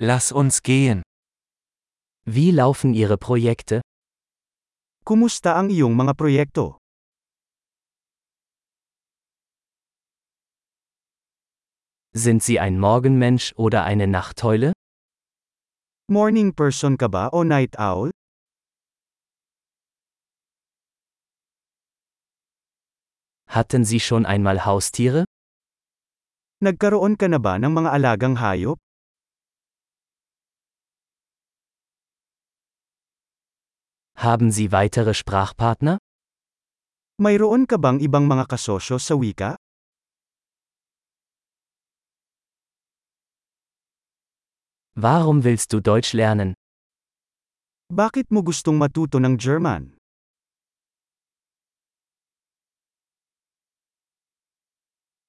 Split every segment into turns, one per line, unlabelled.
Lass uns gehen.
Wie laufen Ihre Projekte?
Kumusta ang iyong mga proyekto?
Sind Sie ein Morgenmensch oder eine Nachteule?
Morning person ka ba o night owl?
Hatten Sie schon einmal Haustiere?
Nagkaroon ka na ba ng mga alagang hayop?
Haben Sie weitere Sprachpartner?
Mayroon ka bang ibang mga kasosyo sa wika?
Warum willst du Deutsch lernen?
Bakit mo gustong matuto ng German?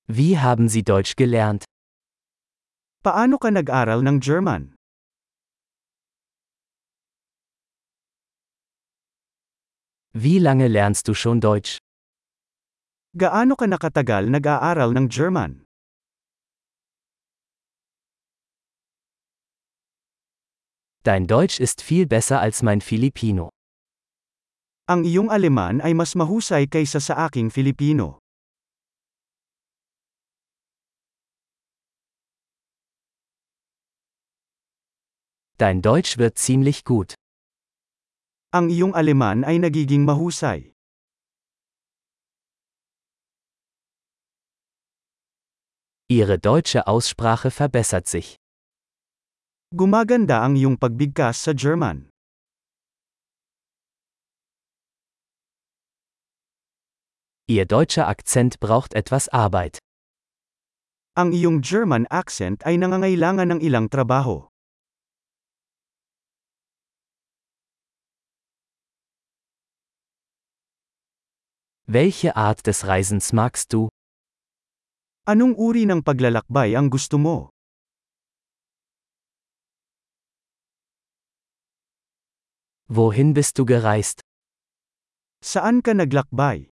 Wie haben Sie Deutsch gelernt?
Paano ka nag-aral ng German?
Wie lange lernst du schon Deutsch?
Gaano ka nakatagal nag-aaral ng German?
Dein Deutsch ist viel besser als mein Filipino.
Ang iyong Aleman ay mas mahusay kaysa sa aking Filipino.
Dein Deutsch wird ziemlich gut.
Ang iyong Aleman ay nagiging mahusay.
Ihre deutsche Aussprache verbessert sich.
Gumaganda ang iyong pagbigkas sa German.
Ihr deutscher Akzent braucht etwas Arbeit.
Ang iyong German accent ay nangangailangan ng ilang trabaho.
Welche Art des Reisens magst du?
Anong uri ng paglalakbay ang gusto mo?
Wohin bist du gereist?
Saan ka naglakbay?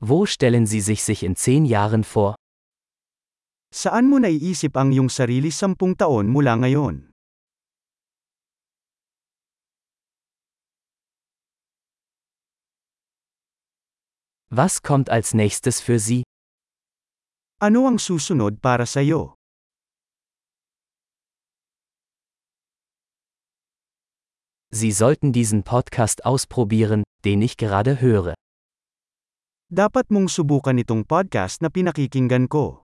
Wo stellen Sie sich sich in zehn Jahren vor?
Saan mo naiisip ang iyong sarili sampung taon mula ngayon?
Was kommt als nächstes für Sie?
Ano ang susunod para sa iyo?
Sie sollten diesen Podcast ausprobieren, den ich gerade höre.
Dapat mong subukan itong podcast na pinakikinggan ko.